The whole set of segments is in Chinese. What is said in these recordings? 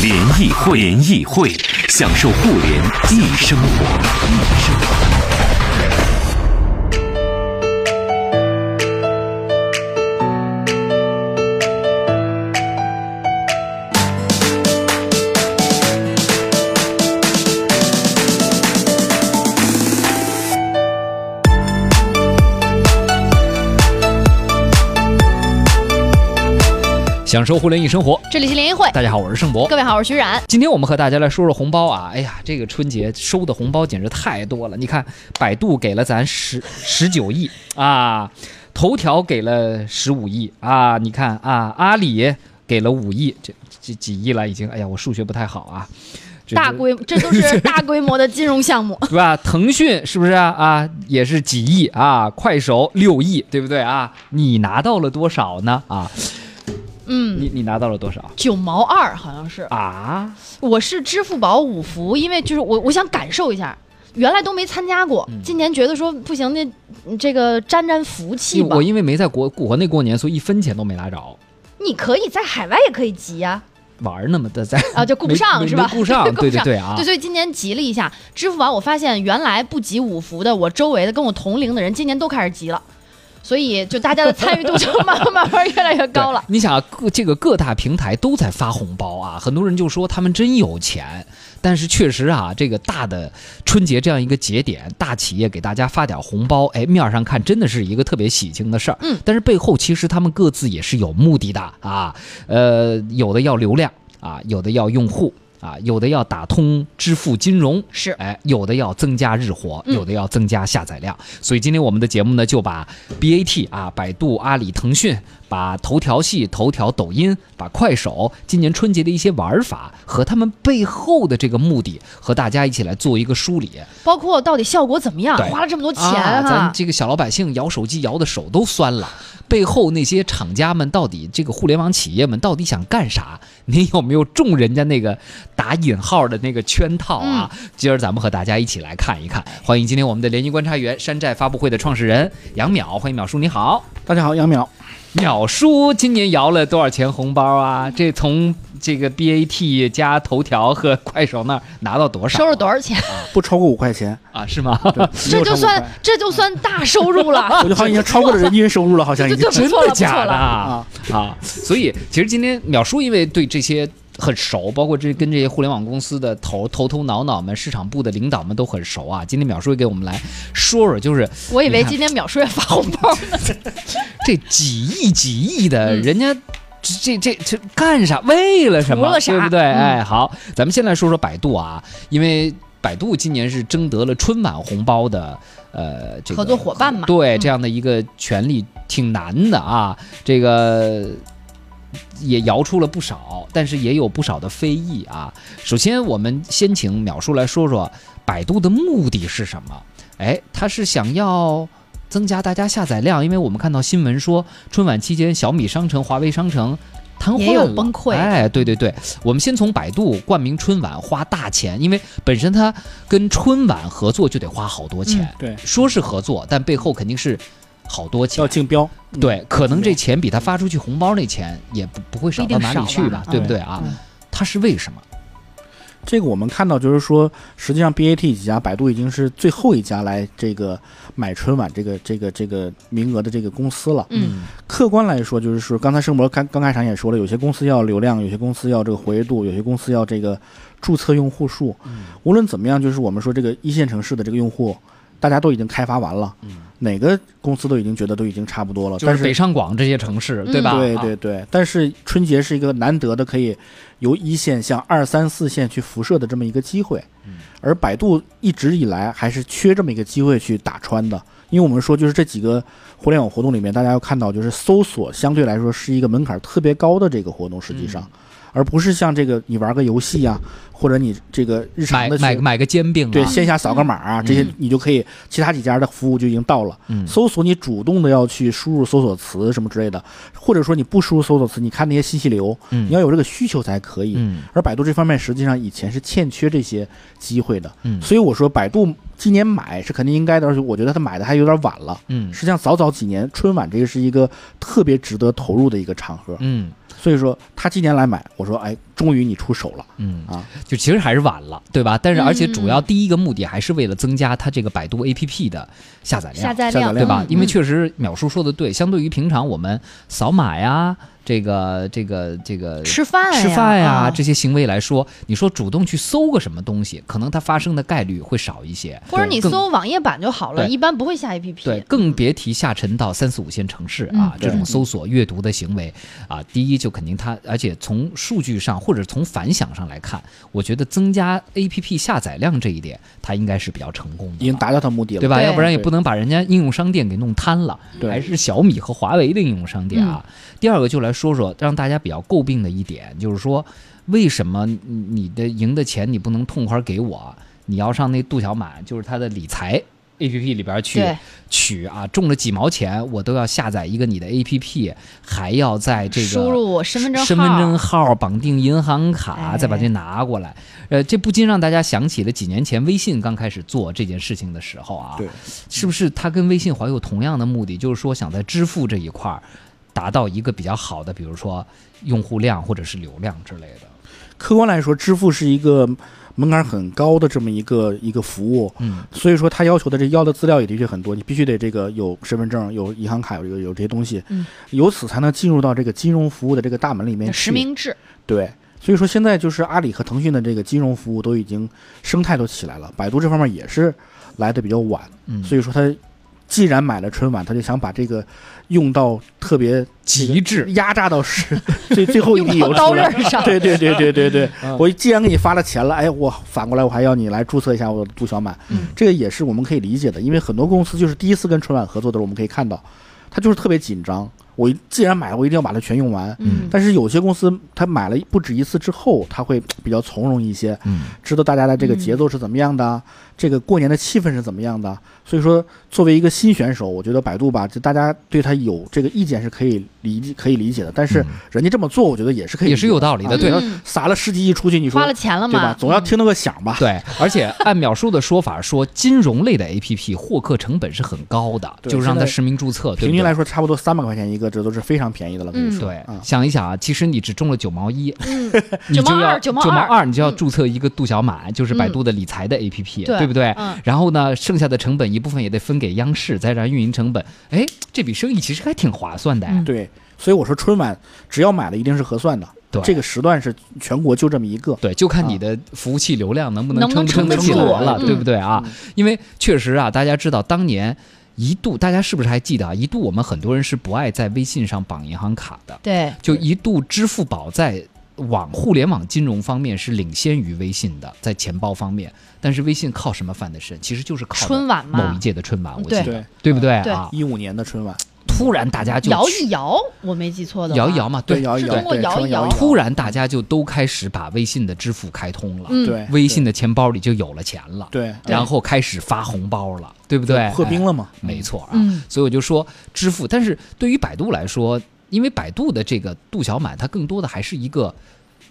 联谊会，联谊会，享受互联易生活。享受互联易生活，这里是联谊会，大家好，我是盛博各。位好，我是徐冉。今天我们和大家来说说红包啊，哎呀，这个春节收的红包简直太多了。你看，百度给了咱十 十九亿啊，头条给了十五亿啊，你看啊，阿里给了五亿，这这几亿了已经，哎呀，我数学不太好啊。这大规， 这都是大规模的金融项目。对吧？腾讯是不是啊？啊也是几亿啊？快手六亿，对不对啊？你拿到了多少呢？啊，嗯，你你拿到了多少九毛二好像是，啊？我是支付宝五福，因为就是我我想感受一下，原来都没参加过，嗯今年觉得说不行，那这个沾沾福气因为吧我。因为没在国国内过年，所以一分钱都没拿着。你可以在海外也可以集呀、玩儿呢嘛，在在啊，就 顾不没上嗯没是吧？没顾上，对对对啊，对，所以今年集了一下支付宝，我发现原来不集五福的，我周围的跟我同龄的人今年都开始集了，所以就大家的参与度就慢 慢慢慢越来越高了。对你想啊，各这个各大平台都在发红包啊，很多人就说他们真有钱，但是确实啊，这个大的春节这样一个节点，大企业给大家发点红包，哎，面儿上看真的是一个特别喜庆的事儿，嗯，但是背后其实他们各自也是有目的的啊，呃，有的要流量啊，有的要用户。啊，有的要打通支付金融，是哎，有的要增加日活，嗯有的要增加下载量。所以今天我们的节目呢，就把 BAT 啊，百度、阿里、腾讯，把头条系、头条、抖音，把快手今年春节的一些玩法和他们背后的这个目的，和大家一起来做一个梳理。包括到底效果怎么样对，花了这么多钱啊，哈、咱这个小老百姓摇手机摇的手都酸了。背后那些厂家们到底，这个互联网企业们到底想干啥？你有没有中人家那个打引号的那个圈套啊？嗯今儿咱们和大家一起来看一看。欢迎今天我们的联谊观察员山寨发布会的创始人杨淼，欢迎淼叔，你好。大家好，杨淼。淼叔今年摇了多少钱红包啊？这从这个 BAT 加头条和快手那儿拿到多少啊、收入多少 钱？不超过五块钱，啊？是吗？对，这就算这就算大收入了 我就好像已经超过了人均收入了，好像 已这经这真不错了，的不错假的了。啊？啊，啊，所以其实今天淼叔因为对这些很熟，包括这跟这些互联网公司的头头头脑脑们、市场部的领导们都很熟啊。今天淼叔也给我们来说说，就是我以为你看今天秒叔要发红 包呢，这几亿几亿的嗯人家。这这这干啥？为了什么？图了啥对不对？嗯哎，好，咱们先来说说百度啊，因为百度今年是争得了春晚红包的呃这个合作伙伴嘛对嗯这样的一个权利挺难的啊，这个也摇出了不少，但是也有不少的非议啊。首先，我们先请淼叔来说说百度的目的是什么？哎，他是想要增加大家下载量，因为我们看到新闻说，春晚期间小米商城、华为商城瘫痪了，也有崩溃的哎，对对对，我们先从百度冠名春晚花大钱，因为本身它跟春晚合作就得花好多钱，嗯对，说是合作，但背后肯定是好多钱要。竞标，嗯对，可能这钱比他发出去红包那钱也不不会少不一到定哪里少去吧对不对啊？嗯它是为什么？这个我们看到就是说，实际上 BAT 几家，百度已经是最后一家来这个买春晚这个这个这个名额的这个公司了。嗯，客观来说，就是说刚才盛博刚刚开场也说了，有些公司要流量，有些公司要这个活跃度，有些公司要这个注册用户数。无论怎么样，就是我们说这个一线城市的这个用户。大家都已经开发完了，哪个公司都已经觉得都已经差不多了，就但是北上广这些城市，对吧？对啊嗯对对，但是春节是一个难得的可以由一线向二三四线去辐射的这么一个机会，而百度一直以来还是缺这么一个机会去打穿的，因为我们说就是这几个互联网活动里面，大家要看到就是搜索相对来说是一个门槛特别高的这个活动，实际上。而不是像这个你玩个游戏啊，或者你这个日常买的买去买个煎饼、啊，对线下扫个码啊，这些嗯你就可以，其他几家的服务就已经到了。嗯搜索你主动的要去输入搜索词什么之类的，或者说你不输入搜索词，你看那些信息流，嗯你要有这个需求才可以。嗯而百度这方面实际上以前是欠缺这些机会的，嗯所以我说百度今年买是肯定应该的，而且我觉得它买的还有点晚了。嗯实际上，早早几年春晚这个是一个特别值得投入的一个场合，嗯所以说他今年来买，我说哎，终于你出手了，嗯啊，就其实还是晚了，对吧？但是而且嗯主要第一个目的还是为了增加它这个百度 APP 的下载量，下载下载量量对吧？嗯因为嗯确实淼叔说的对，相对于平常我们扫码呀，这个这个这个吃饭呀吃饭呀、啊这些行为来说，你说主动去搜个什么东西，可能它发生的概率会少一些，或者你更搜网页版就好了，对一般不会下 APP。对，更别提下沉到三四五线城市啊，嗯这种对搜索阅读的行为啊，第一就肯定它，而且从数据上或者从反响上来看，我觉得增加 A P P 下载量这一点，它应该是比较成功的，已经达到他目的了，对吧？对要不然也对不能把人家应用商店给弄瘫了，对还是小米和华为的应用商店嗯啊。第二个就来说说让大家比较诟病的一点，就是说为什么你你的赢的钱你不能痛快给我？你要上那杜小满，就是他的理财 A P P 里边去对取啊，中了几毛钱我都要下载一个你的 A P P，还要在这个输入我身份证号身份证号绑定银行卡，哎再把这拿过来。呃，这不禁让大家想起了几年前微信刚开始做这件事情的时候啊，对，是不是它跟微信怀有同样的目的，就是说想在支付这一块儿达到一个比较好的，比如说用户量或者是流量之类的。客观来说，支付是一个门槛很高的这么一个一个服务，嗯所以说他要求的这要的资料也的确很多，你必须得这个有身份证、有银行卡、有有有这些东西，嗯由此才能进入到这个金融服务的这个大门里面有去。实名制，对，所以说现在就是阿里和腾讯的这个金融服务都已经生态都起来了，百度这方面也是来的比较晚，嗯，所以说他既然买了春晚，他就想把这个用到特别极致。压榨到是最最后一滴油用到刀出来。刃 上。对对对对对对嗯，我既然给你发了钱了，哎，我反过来我还要你来注册一下我的杜小满，嗯这个也是我们可以理解的，因为很多公司就是第一次跟春晚合作的时候，我们可以看到，他就是特别紧张，我一既然买了，我一定要把它全用完。嗯，但是有些公司，他买了不止一次之后，他会比较从容一些，嗯，知道大家的这个节奏是怎么样的，这个过年的气氛是怎么样的。所以说，作为一个新选手，我觉得百度吧，就大家对他有这个意见是可以理解、可以理解的。但是人家这么做，我觉得也是可以理解，也是有道理的啊对你要撒了十几亿出去，你说嗯花了钱了对吧嘛？？总要嗯听到个响吧？ 对，而且按淼叔的说法说，金融类的 A P P 获客成本是很高的，对就是让它现在实名注册，对平不对均来说，差不多三百块钱一个，这都是非常便宜的了。可以说对啊，想一想啊，其实你只中了九毛一， 嗯，你就要九九毛毛二九毛二二，你就要注册一个杜小满，就是百嗯度的理财的 APP，对对不对嗯？然后呢，剩下的成本一部分也得分给央视，再然运营成本，哎，这笔生意其实还挺划算的哎。对，所以我说春晚只要买了，一定是合算的。对这个时段是全国就这么一个。对，就看你的服务器流量能不能撑不能不撑撑得得起住来我了，嗯对不对啊？因为确实啊，大家知道当年一度，大家是不是还记得啊？一度我们很多人是不爱在微信上绑银行卡的，对，就一度支付宝在网互联网金融方面是领先于微信的，在钱包方面，但是微信靠什么翻的身？其实就是靠春晚嘛某一届的春晚，我记对得，对不对对啊？一五年的春晚，突然大家就摇去一摇，我没记错的话，摇一摇嘛，对，摇一是摇，通过对摇春一晚摇摇突然大家就都开始把微信的支付开通了，嗯哎对微信的钱包里就有了钱了，对，对然后开始发红包了，对不对？破冰了嘛？没错啊，嗯所以我就说支付，但是对于百度来说，因为百度的这个杜小满，它更多的还是一个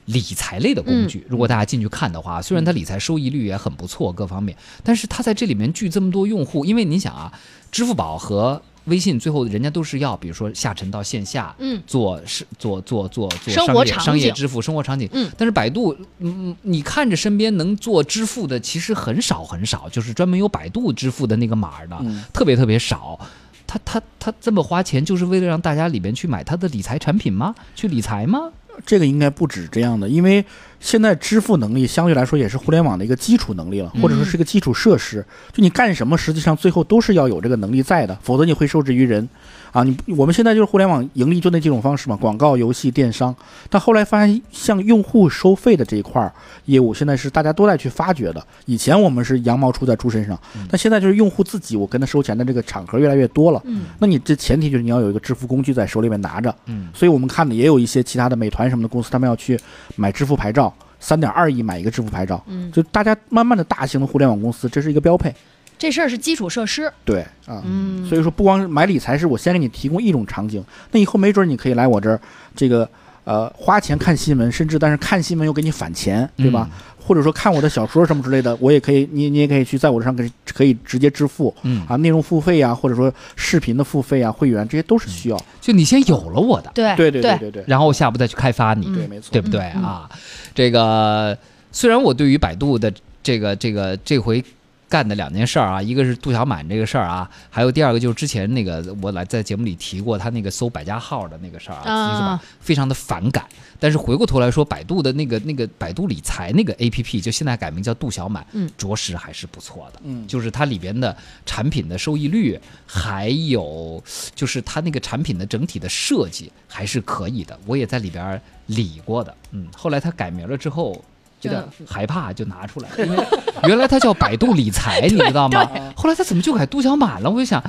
理财类的工嗯具。如果大家进去看的话，虽然它理财收益率也很不错，各方面，但是它在这里面聚这么多用户，因为您想啊，支付宝和微信最后人家都是要，比如说下沉到线下，嗯，做是做做做做生商活业场商业景支付生活场景。嗯，但是百度，嗯，你看着身边能做支付的其实很少很少，就是专门有百度支付的那个码儿的，嗯特别特别少。他他他这么花钱，就是为了让大家里面去买他的理财产品吗？去理财吗？这个应该不止这样的，因为现在支付能力相对来说也是互联网的一个基础能力了，或者说是一个基础设施。就你干什么，实际上最后都是要有这个能力在的，否则你会受制于人。啊，你我们现在就是互联网盈利就那几种方式嘛，广告、游戏、电商。但后来发现，向用户收费的这一块儿业务，现在是大家都在去发掘的。以前我们是羊毛出在猪身上，但现在就是用户自己，我跟他收钱的这个场合越来越多了。嗯，那你这前提就是你要有一个支付工具在手里面拿着。嗯，所以我们看的也有一些其他的美团什么的公司，他们要去买支付牌照，三点二亿买一个支付牌照。嗯就大家慢慢的大型的互联网公司，这是一个标配。这事儿是基础设施，对啊，嗯，所以说不光是买理财是我先给你提供一种场景，那以后没准你可以来我这儿，这个呃花钱看新闻，甚至但是看新闻又给你返钱，对吧？或者说看我的小说什么之类的，我也可以，你你也可以去在我这上可以可以直接支付嗯，啊，内容付费啊，或者说视频的付费啊，会员这些都是需要。就你先有了我的，对对哎对对对对对然后下步再去开发你，嗯对，没错。对不对嗯啊？这个虽然我对于百度的这个这个这回干的两件事儿啊，一个是杜小满这个事儿啊，还有第二个就是之前那个我来在节目里提过他那个搜百家号的那个事儿啊，你怎么啊非常的反感。但是回过头来说，百度的那个那个百度理财那个 A P P，就现在改名叫杜小满，嗯着实还是不错的。嗯就是它里边的产品的收益率，还有就是它那个产品的整体的设计还是可以的，我也在里边儿理过的。嗯，后来它改名了之后。有点害怕，就拿出来了，因为原来它叫百度理财，你知道吗？后来它怎么就改杜小满了？我就想，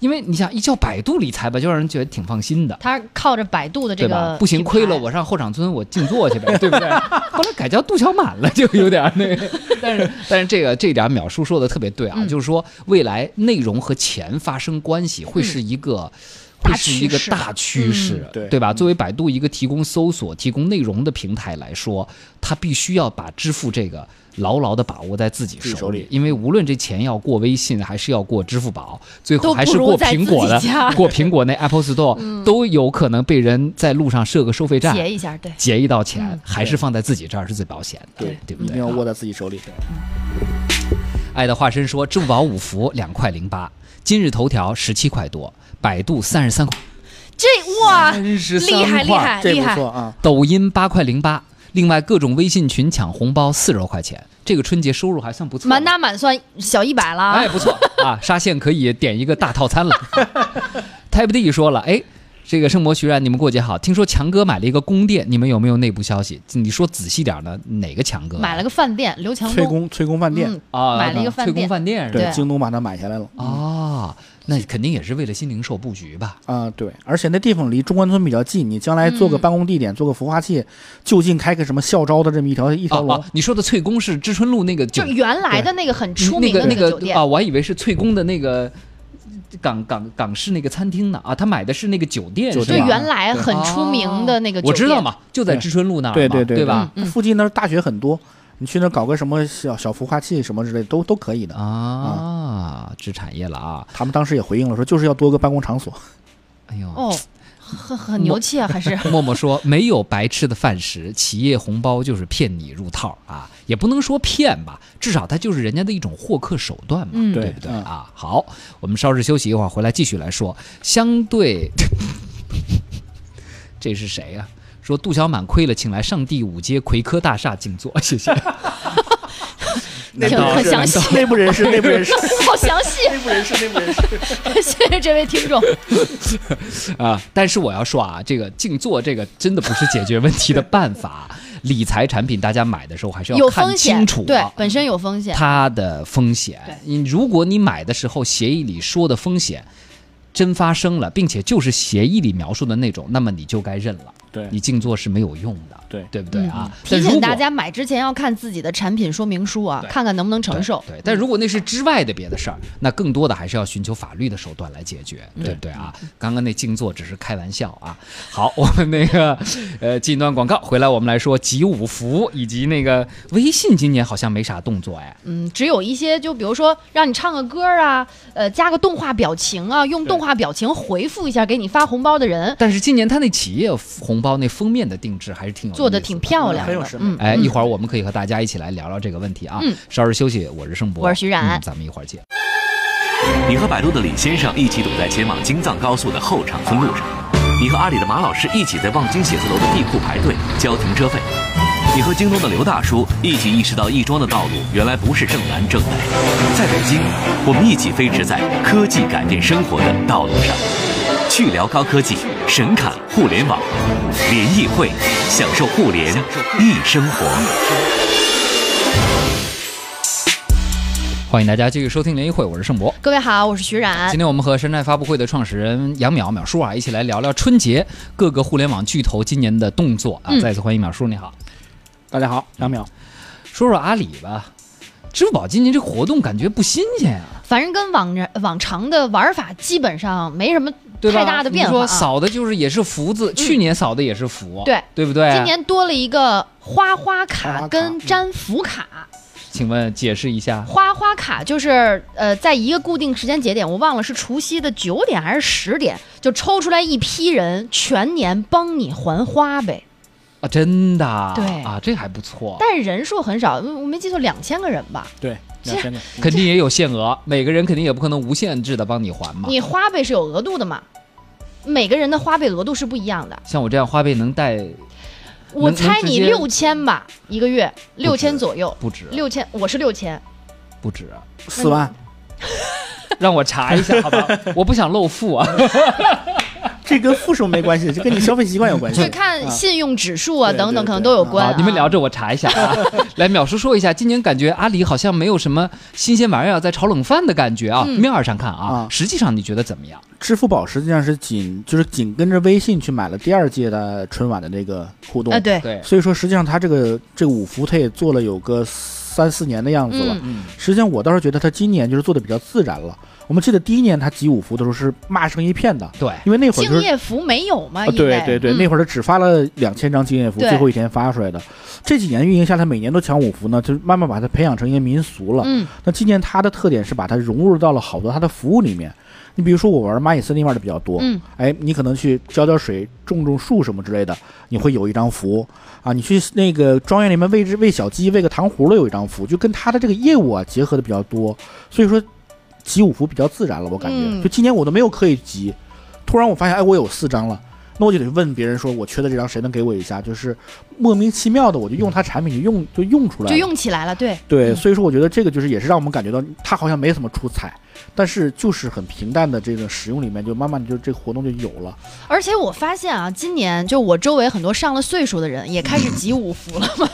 因为你想一叫百度理财吧，就让人觉得挺放心的，它靠着百度的这对吧？个不行，品牌亏了，我上后场村我静坐去呗，对 不对？后来改叫杜小满了，就有点儿那个。但是但是这个这点淼叔说的特别对啊，嗯就是说未来内容和钱发生关系会是一个。嗯大会是一个趋势大趋势，嗯对对吧？作为百度一个提供搜索、提供内容的平台来说，它必须要把支付这个牢牢的把握在自己自己手手里里，因为无论这钱要过微信还是要过支付宝，最后都还不是如过在苹自果己的家，过苹果那 Apple Store，、都嗯有可能被人在路上设个收费站，结一下，对，结一道钱，嗯还是放在自己这儿是最保险的，对对不一对定啊？要握在自己手里。爱的化身说，支付宝五福两块零八，今日头条十七块多，百度三十三块，这哇， 33啊厉害厉块害这哎厉不害，错啊，抖音八块零八，另外各种微信群抢红包四十多块钱，这个春节收入还算不错。满打满算小一百了，哎，不错啊，沙县可以点一个大套餐了。Type D 说了，哎，这个圣魔徐然，你们过节好。听说强哥买了一个宫殿，你们有没有内部消息？你说仔细点儿呢，哪个强哥？买了个饭店，刘强崔工崔工饭店，嗯，啊，买了一个饭翠宫店饭店是吧？对对，京东把它买下来了。哦，那肯定也是为了新零售布局吧？啊、对，而且那地方离中关村比较近，你将来做个嗯办公地点，做个孵化器，就近开个什么校招的这么一条一条哦龙，哦，你说的翠宫是知春路那个酒就是原来的那个很出名的那个个酒那个店啊，，我还以为是翠宫的那个港港港式那个餐厅呢啊，他买的是那个酒店酒是就店吧？哦原来很出名的那个酒我店，知道嘛，就在对知春路那儿嘛，对对对啊吧？嗯附近那儿大学很多，你去那儿搞个什么小小孵化器什么之类的都都可以的。啊，制产业了啊！他们当时也回应了，说就是要多个办公场所。哎呦，哦，很很牛气啊，还是默默说没有白吃的饭食，企业红包就是骗你入套啊，也不能说骗吧，至少它就是人家的一种获客手段嘛，嗯对对不对嗯啊？好，我们稍事休息一会儿，回来继续来说。相对， 这是谁呀、说杜小满亏了，请来上地五街葵科大厦静坐，谢谢。挺很详细，内部人士，内部人士， 好详细，啊内部人士，内部人士。 谢谢这位听众，啊，但是我要说啊，这个静坐这个真的不是解决问题的办 法。理财产品大家买的时候还是要有看风清险楚、啊，，对，本身有风险，它的风险对。你如果你买的时候协议里说的风险真发生了，并且就是协议里描述的那种，那么你就该认了。对你静坐是没有用的，对对不对啊嗯？但如提醒果大家买之前要看自己的产品说明书啊，对看看能不能承受。对，对但如果那是之外的别的事儿，那更多的还是要寻求法律的手段来解决，嗯对不对啊？刚刚那静坐只是开玩笑啊。好，我们那个呃，进一段广告，回来我们来说集五福以及那个微信今年好像没啥动作哎。嗯，只有一些，就比如说让你唱个歌啊，呃，加个动画表情啊，用动画表情回复一下给你发红包的人，但是今年他那企业红包那封面的定制还是挺有做的的挺漂亮很有的审。美嗯，哎，嗯一会儿我们可以和大家一起来聊聊这个问题啊。嗯稍事休息，我是盛博，我是徐冉嗯咱们一会儿见。你和百度的李先生一起堵在前往京藏高速的后场村路上，你和阿里的马老师一起在望京写字楼的地库排队交停车费，你和京东的刘大叔一起意识到亦庄的道路原来不是正南正北，在北京，我们一起飞驰在科技改变生活的道路上，去聊高科技，神侃互联网，联谊会，享受互联易生活。欢迎大家继续收听联谊会，我是盛博。各位好，我是徐冉今。天我们和山寨发布会的创始人杨淼淼叔啊，一起来聊聊春节各个互联网巨头今年的动作啊。嗯再次欢迎淼叔，你好，大家好，杨淼，说说阿里吧。支付宝今年这活动感觉不新鲜啊，反正跟往日往常的玩法基本上没什么对吧？太大的变你化啊说嗯扫的就是也是福字，去年扫的也是福，对对不对？今年多了一个花花花花卡卡嗯跟粘福卡。请问解释一下，花花卡就是呃，在一个固定时间节点，我忘了是除夕的九点还是十点，就抽出来一批人，全年帮你还花呗。啊，真的啊，对啊，这还不哦错，但是人数很少，嗯我没记错，两千个人吧。对，两 千个，肯定也有限额，每个人肯定也不可能无限制的帮你还啊嘛。你花呗是有额度的嘛？每个人的花呗额度是不一样的。像我这样花呗能贷我能猜直你接六千吧，一个月六千左右，不止，六千，我是六千。不止，啊四万，让我查一下好吧，我不想露富啊。这跟复数没关系，这跟你消费习惯有关系。就看信用指数啊对等等，对可能对都有啊关、啊好，你们聊着，我查一下 啊。来，淼叔说一下，今年感觉阿里好像没有什么新鲜玩意儿在炒冷饭的感觉啊。嗯面儿上看啊啊，实际上你觉得怎么样？支付宝实际上是紧，就是紧跟着微信去买了第二届的春晚的这个互动。啊，对，对，所以说实际上它这个这个五福它也做了有个三四年的样子了。嗯，嗯，实际上我倒是觉得它今年就是做的比较自然了。我们记得第一年它集五福的时候是骂声一片的，对，因为那会儿就敬是。业福没有嘛？啊，因为对对对，嗯那会儿它只发了两千张敬业福，对最后一天发出来的。这几年运营下，它每年都抢五福呢，就慢慢把它培养成一个民俗了。嗯那今年它的特点是把它融入到了好多它的服务里面。你比如说，我玩蚂蚁森林玩的比较多，嗯，哎，你可能去浇浇水、种种树什么之类的，你会有一张福啊。你去那个庄园里面喂只喂小鸡、喂个糖葫芦有一张福，就跟它的这个业务啊结合的比较多，所以说集五福比较自然了，我感觉。嗯就今年我都没有刻意集，突然我发现，哎，我有四张了。那我就得问别人说，我缺的这张谁能给我一下？就是莫名其妙的，我就用它产品就用就用出来了，就用起来了，对，对，嗯所以说我觉得这个就是也是让我们感觉到它好像没什么出彩，但是就是很平淡的这个使用里面，就慢慢的就这个活动就有了。而且我发现啊，今年就我周围很多上了岁数的人也开始集五福了嘛，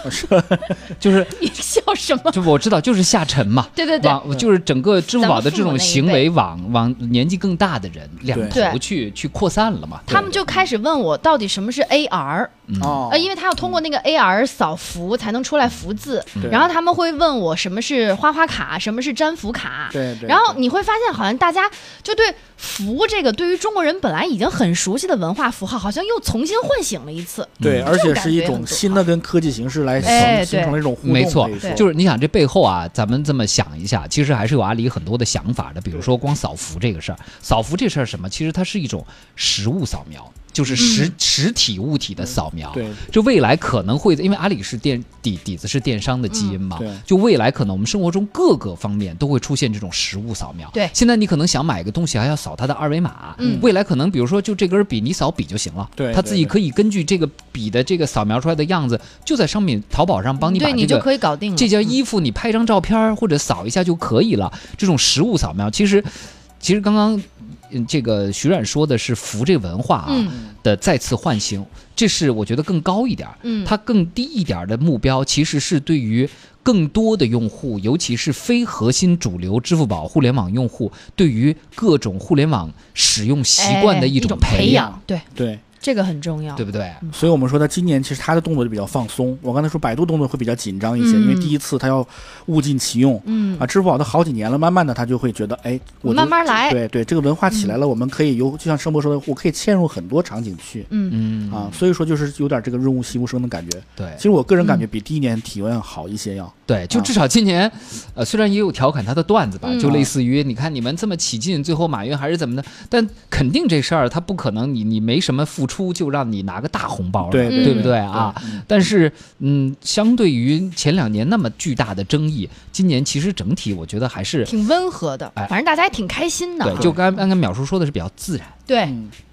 就是你笑什么？就我知道，就是下沉嘛。 对对对，往就是整个支付宝的这种行咱们为往往年纪更大的人两头对去去扩散了嘛，他们就开始问我到底什么是 AR，嗯哦呃，因为他要通过那个 AR 扫福才能出来福字，对然后他们会问我什么是花花卡，什么是粘福卡，对对，然后你会发现，好像大家就对“福”这个对于中国人本来已经很熟悉的文化符号，好像又重新唤醒了一次。嗯对，而且是一嗯这种感觉很重种新的跟科技形式来哎形形成了一种互动，没错可以，对说就是你想这背后啊，咱们这么想一下，其实还是有阿里很多的想法的。比如说光扫福这个事儿，扫福这事儿什么？其实它是一种实物扫描，就是实、实体物体的扫描。嗯对就未来可能会，因为阿里是电底底子是电商的嗯基因嘛，对就未来可能我们生活中各个方面都会出现这种实物扫描。对现在你可能想买个东西还要扫它的二维码，嗯未来可能比如说就这根笔你扫笔就行了，对它自己对对可以根据这个笔的这个扫描出来的样子，就在商品淘宝上帮你把对这个你就可以嗯搞定了。这件衣服你拍张照片儿或者扫一下就可以了。这种实物扫描，其实其实刚刚嗯这个徐冉说的是服这文化啊、嗯的再次唤醒，这是我觉得更高一点儿。嗯，它更低一点儿的目标其实是对于更多的用户，尤其是非核心主流支付宝互联网用户，对于各种互联网使用习惯的哎一种培养，养，嗯对对。这个很重要。对不对？所以我们说它今年其实它的动作就比较放松。我刚才说百度动作会比较紧张一些，嗯因为第一次它要物尽其用。嗯啊，支付宝都好几年了，慢慢的它就会觉得，哎，我就慢慢来对对，这个文化起来了，我们可以有，就像声波说的，我可以嵌入很多场景去。嗯，嗯啊，所以说就是有点这个润物细无声的感觉。对其实我个人感觉比第一年体验好一些要。对，就啊至少今年，呃，虽然也有调侃他的段子吧，嗯就类似于你看你们这么起劲，最后马云还是怎么的，但肯定这事儿他不可能你你没什么付出就让你拿个大红包了，对对不对对啊？但是，嗯，相对于前两年那么巨大的争议，今年其实整体我觉得还是挺温和的，哎反正大家也挺开心的对啊。，就刚刚刚淼叔说的是比较自然，对，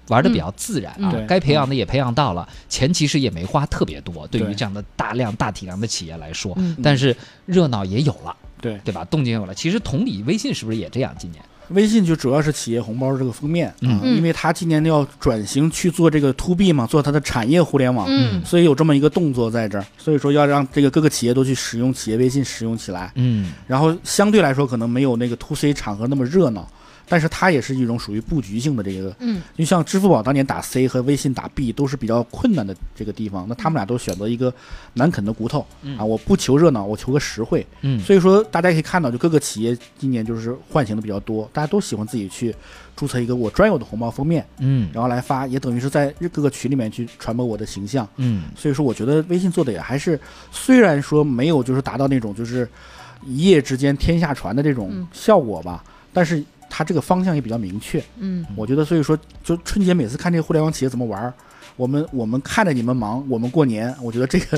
玩的比较自然啊嗯嗯，该培养的也培养到了，钱其实也没花特别多，对于对这样的大量大体量的企业来说嗯，但是热闹也有了，对对吧？动静有了，其实同理，微信是不是也这样？今年微信就主要是企业红包这个封面啊，嗯因为它今年要转型去做这个 to B 嘛，做它的产业互联网，嗯，所以有这么一个动作在这儿，所以说要让这个各个企业都去使用企业微信使用起来，嗯，然后相对来说可能没有那个 to C 场合那么热闹，但是它也是一种属于布局性的这个，嗯，就像支付宝当年打 C 和微信打 B 都是比较困难的这个地方，嗯那他们俩都选择一个难啃的骨头啊，我不求热闹，我求个实惠，嗯所以说大家可以看到，就各个企业今年就是唤醒的比较多，大家都喜欢自己去注册一个我专有的红包封面，嗯然后来发，也等于是在各个群里面去传播我的形象。嗯所以说，我觉得微信做的也还是，虽然说没有就是达到那种就是一夜之间天下传的这种嗯效果吧，但是它这个方向也比较明确。 嗯，我觉得，所以说，就春节每次看这个互联网企业怎么玩儿，我们我们看着你们忙，我们过年，我觉得这个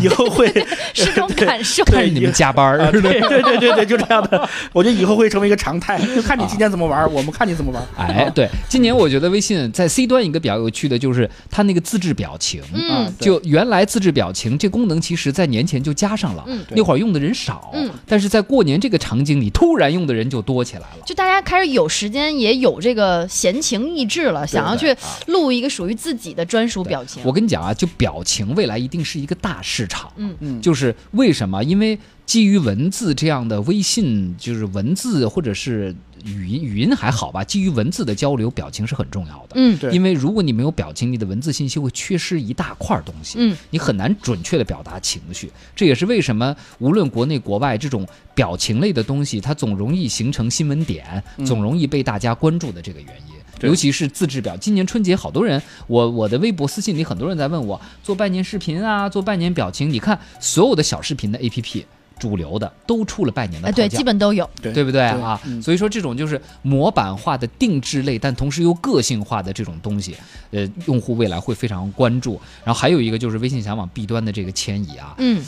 以后会是种感受。看着你们加班啊，儿，对对对对对，就这样的，我觉得以后会成为一个常态，就看你今天怎么玩儿，我们看你怎么玩儿。 哎，对，今年我觉得微信在 C 端一个比较有趣的就是它那个自制表情。嗯啊，对就原来自制表情这功能，其实在年前就加上了，嗯那会儿用的人少，嗯但是在过年这个场景里，突然用的人就多起来了。就大家开始有时间，也有这个闲情逸致了，想要去录一个属于自己的专属表情。啊我跟你讲啊，就表情未来一定是一个大市场，嗯嗯就是为什么？因为基于文字这样的微信，就是文字或者是语音，语音还好吧，基于文字的交流，表情是很重要的。嗯对因为如果你没有表情，你的文字信息会缺失一大块东西，嗯，你很难准确的表达情绪。这也是为什么无论国内国外，这种表情类的东西，它总容易形成新闻点，总容易被大家关注的这个原因。嗯对尤其是自制表，今年春节好多人，我我的微博私信里很多人在问我做拜年视频啊，做拜年表情。你看所有的小视频的 APP，主流的都出了拜年的哎，套对，件基。本都有。对对不对啊？对嗯所以说这种就是模板化的定制类，但同时又个性化的这种东西，呃，用户未来会非常关注。然后还有一个就是微信想往 B 端的这个迁移啊，嗯，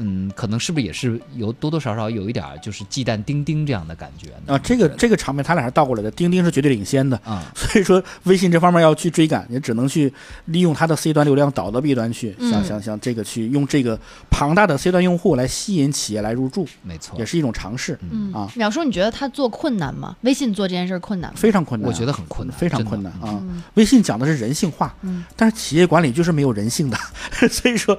嗯，可能是不是也是有多多少少有一点儿就是鸡蛋钉钉这样的感觉呢？啊，这个这个场面他俩是倒过来的，钉钉是绝对领先的，啊、 所以说微信这方面要去追赶，也只能去利用它的 C 端流量导到 B 端去，嗯想想想这个去用这个庞大的 C 端用户来吸引企业来入驻，没错也，是一种尝试，嗯啊淼叔，你觉得他做困难吗？微信做这件事儿困难吗？非常困难啊，我觉得很困难，非常真的困难嗯啊！微信讲的是人性化，嗯但是企业管理就是没有人性的， 所以说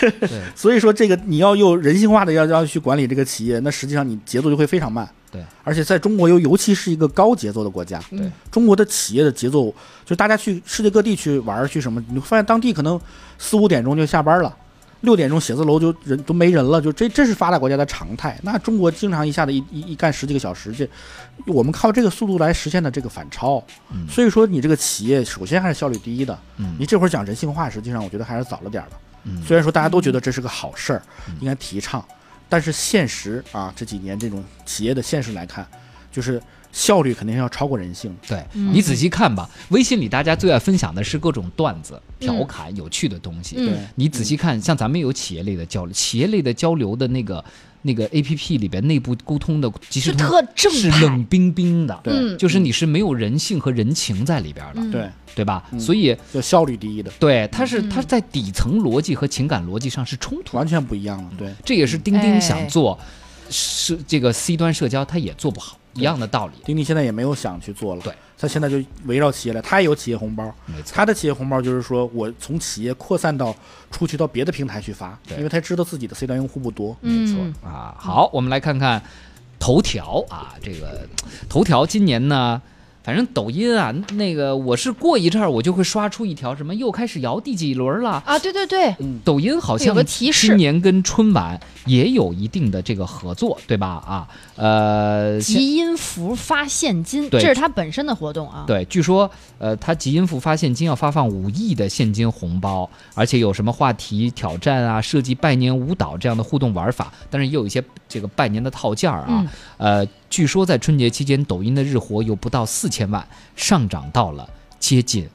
对所以说，这个你要用人性化的要要去管理这个企业，那实际上你节奏就会非常慢。对，而且在中国又尤其是一个高节奏的国家，对中国的企业的节奏，就大家去世界各地去玩儿去什么，你会发现当地可能四五点钟就下班了，六点钟写字楼就人都没人了，就这这是发达国家的常态。那中国经常一下子一一一干十几个小时，这我们靠这个速度来实现的这个反超，嗯所以说你这个企业首先还是效率第一的。嗯你这会儿讲人性化，实际上我觉得还是早了点儿的。嗯虽然说大家都觉得这是个好事儿，应该提倡，但是现实啊，这几年这种企业的现实来看，就是效率肯定是要超过人性的。对、嗯你仔细看吧，微信里大家最爱分享的是各种段子、调嗯侃、有趣的东西。嗯你仔细看，像咱们有企业类的交流，企业类的交流的那个那个 A P P 里边内部沟通的即时是通特正是派冷冰冰的，对嗯就是你是没有人性和人情在里边的，嗯对，对吧？所以就效率第一的，对它是嗯它在底层逻辑和情感逻辑上是冲突的，完全不一样了。对，这也是钉钉哎想做是这个 C 端社交，它也做不好一样的道理。钉钉现在也没有想去做了，对，他现在就围绕企业来，他也有企业红包，没错，他的企业红包就是说我从企业扩散到出去到别的平台去发，对因为他知道自己的 C 端用户不多。没错嗯啊。好，我们来看看头条啊，这个头条今年呢。反正抖音啊，那个我是过一阵儿，我就会刷出一条什么又开始摇第几轮了。啊，对对对，抖音好像有个提示今年跟春晚也有一定的这个合作，对吧？啊，呃，现集音符发现金，对这是它本身的活动啊。对，据说呃，他集音付发现金要发放五亿的现金红包，而且有什么话题挑战啊，设计拜年舞蹈这样的互动玩法，但是也有一些这个拜年的套件儿啊嗯。呃，据说在春节期间，抖音的日活有不到四千万，上涨到了接近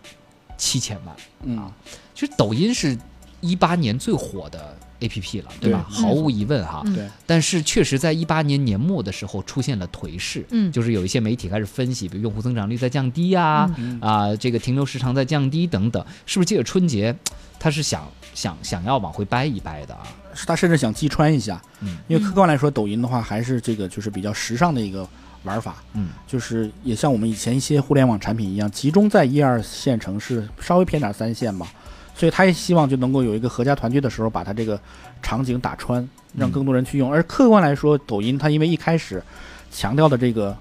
七千万。嗯，其实抖音是一八年最火的 APP 了，对吧？对毫无疑问哈。嗯对，但是确实在一八年年末的时候出现了颓势，嗯就是有一些媒体开始分析，比如用户增长率在降低啊，嗯啊、这个停留时长在降低等等，是不是借着春节，他是想想想要往回掰一掰的啊？他甚至想击穿一下，嗯因为客观来说，抖音的话还是这个就是比较时尚的一个玩法，嗯就是也像我们以前一些互联网产品一样，集中在一二线城市，稍微偏点三线吧。所以他也希望就能够有一个合家团聚的时候，把他这个场景打穿，让更多人去用。而客观来说，抖音它因为一开始强调的这个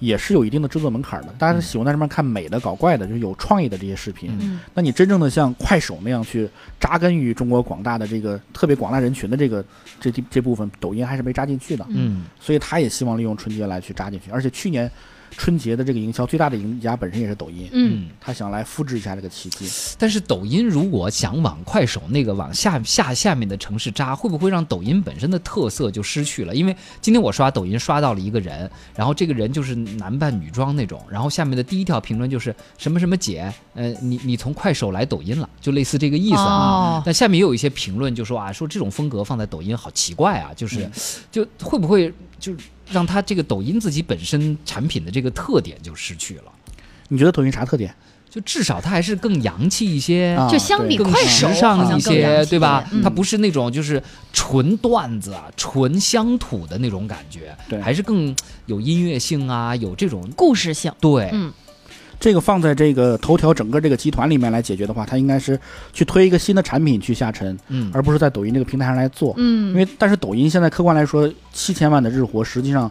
也是有一定的制作门槛的，大家喜欢在上面看美的、搞怪的，就是有创意的这些视频。嗯嗯那你真正的像快手那样去扎根于中国广大的这个特别广大人群的这个这地这部分，抖音还是没扎进去的。嗯所以他也希望利用春节来去扎进去。而且去年春节的这个营销最大的赢家本身也是抖音，嗯，他想来复制一下这个奇迹。但是抖音如果想往快手那个往下下下面的城市扎，会不会让抖音本身的特色就失去了？因为今天我刷抖音刷到了一个人，然后这个人就是男扮女装那种，然后下面的第一条评论就是什么什么姐，呃，你你从快手来抖音了，就类似这个意思啊。哦但下面也有一些评论就说啊，说这种风格放在抖音好奇怪啊，就是、就会不会就让他这个抖音自己本身产品的这个特点就失去了？你觉得抖音啥特点？就至少它还是更洋气一些啊就相比更快时手好尚像一更洋些，气对吧？嗯它不是那种就是纯段子啊、纯乡土的那种感觉，对还是更有音乐性啊，有这种故事性，对，嗯这个放在这个头条整个这个集团里面来解决的话，它应该是去推一个新的产品去下沉，嗯而不是在抖音这个平台上来做。因嗯为但是抖音现在客观来说，七千万的日活，实际上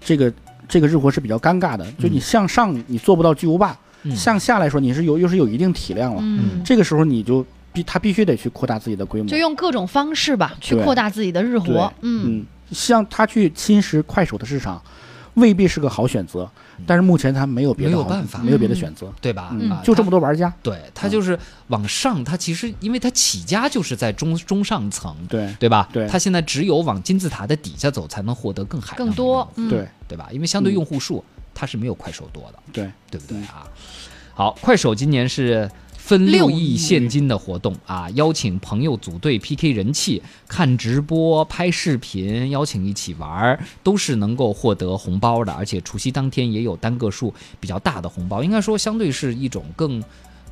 这个这个日活是比较尴尬的。就你向上你做不到巨无霸，嗯向下来说你是有又是有一定体量了，嗯，这个时候你就必他必须得去扩大自己的规模，就用各种方式吧，去嗯对扩大自己的日活对，嗯嗯，像他去侵蚀快手的市场，未必是个好选择。但是目前他没有别的嗯没有好办法没有别的选择，对吧？嗯啊就这么它多嗯玩家。对，它就是往上，它其实因为它起家就是在中中上层，对对吧？对它现在只有往金字塔的底下走，才能获得更海量更的用多户，嗯对，对吧？因为相对嗯用户数，它是没有快手多的。对，对不对啊？好，快手今年是分六六亿亿现金的活动啊，邀请朋友组队 PK 人气，看直播、拍视频，邀请一起玩儿，都是能够获得红包的。而且除夕当天也有单个数比较大的红包，应该说相对是一种更。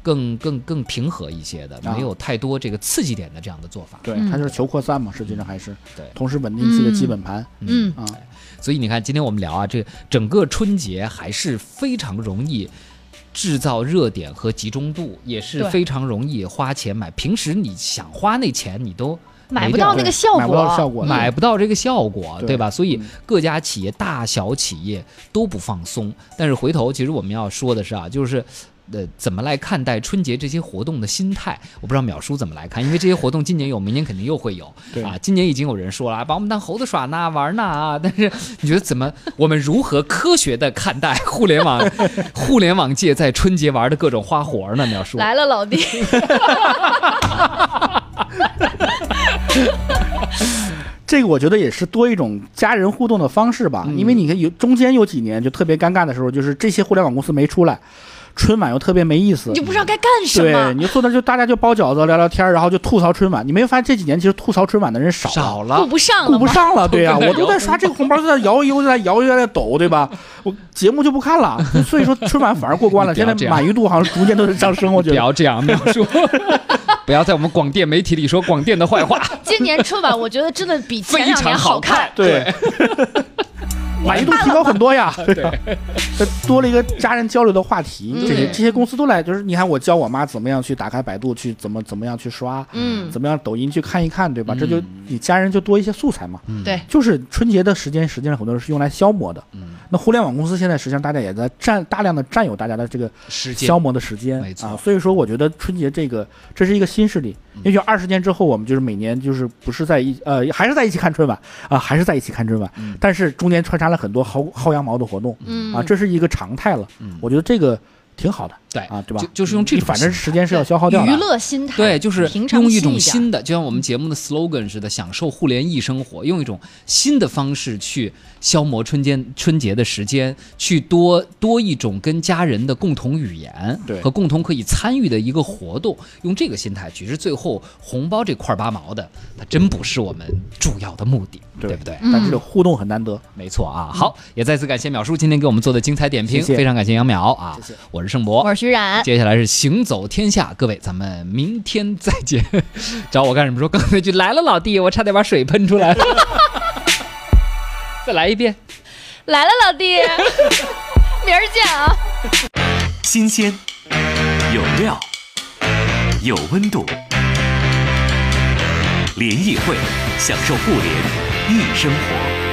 更更更平和一些的，啊没有太多这个刺激点的这样的做法。对嗯他就是求扩散嘛，实际上还是对同时稳定自己的基本盘嗯啊。所以你看，今天我们聊啊，这整个春节还是非常容易制造热点和集中度，也是对非常容易花钱买。平时你想花那钱，你都买没不地儿到那个效买不到效果，果，买不到这个效果，对对吧？所以嗯各家企业、大小企业都不放松。但是回头，其实我们要说的是啊，就是。呃，怎么来看待春节这些活动的心态？我不知道淼叔怎么来看，因为这些活动今年有，明年肯定又会有 对啊。今年已经有人说了，把我们当猴子耍呢，玩呢啊。但是你觉得怎么？我们如何科学的看待互联网？ 互联网界在春节玩的各种花活呢？淼叔，来了 老弟，这个我觉得也是多一种家人互动的方式嗯吧，因为你看有中间有几年就特别尴尬的时候，就是这些互联网公司没出来，春晚又特别没意思你就，不知道该干什对，么，你就坐那儿就大家就包饺子聊聊天儿，然后就吐槽春晚。你没发现这几年其实吐槽春晚的人少了少了顾不上顾了不吗？上 了，对呀、都跟着我都在摇刷这个红包，就在摇一悠，就在摇一悠，在抖，对吧？我节目就不看了，所以说春晚反而过关 了。你不要现在这样满意度好像逐渐都在上升，我觉不得。要这样，淼叔， 不要在我们广电媒体里说广电的坏话。今年春晚我觉得真的比非前 两年常好看，对， 满意度提高很多呀， 对吧？这多了一个家人交流的话题，这些嗯这些公司都来，就是你看我教我妈怎么样去打开百度，去怎么怎么样去刷，嗯，怎么样抖音去看一看，对吧？这就你家人就多一些素材嘛。对，就是春节的时间，实际上很多人是用来消磨的。嗯，那互联网公司现在实际上大家也在占大量的占有大家的这个时间消磨的时间，没错嗯啊，所以说我觉得春节这个这是一个新势力，也许二十年之后我们就是每年就是不是在一呃还是在一起看春晚啊、还是在一起看春晚，嗯但是中间穿插了很多薅薅羊毛的活动，啊嗯啊，这是一个常态了，我觉得这个挺好的，对啊，对嗯吧就？就是用这你种反正心态时间是要消耗掉的。娱乐心态，对，就是平常用一心种点新的，就像我们节目的 slogan 似的，享受互联易生活，用一种新的方式去消磨春节春节的时间，去多多一种跟家人的共同语言对和共同可以参与的一个活动，用这个心态去。其实最后红包这块八毛的，它真不是我们主要的目的，对不对？但这个互动很难得。没错啊。好，也再次感谢淼叔今天给我们做的精彩点评，谢谢非常感谢杨淼啊。谢谢我是盛博，我是徐冉，接下来是行走天下，各位，咱们明天再见。 找我干什么？说刚才那句来了，老弟，我差点把水喷出来了。 再来一遍。来了，老 弟，明儿见啊。新鲜，有料，有温度。联谊会，享受互联易生活。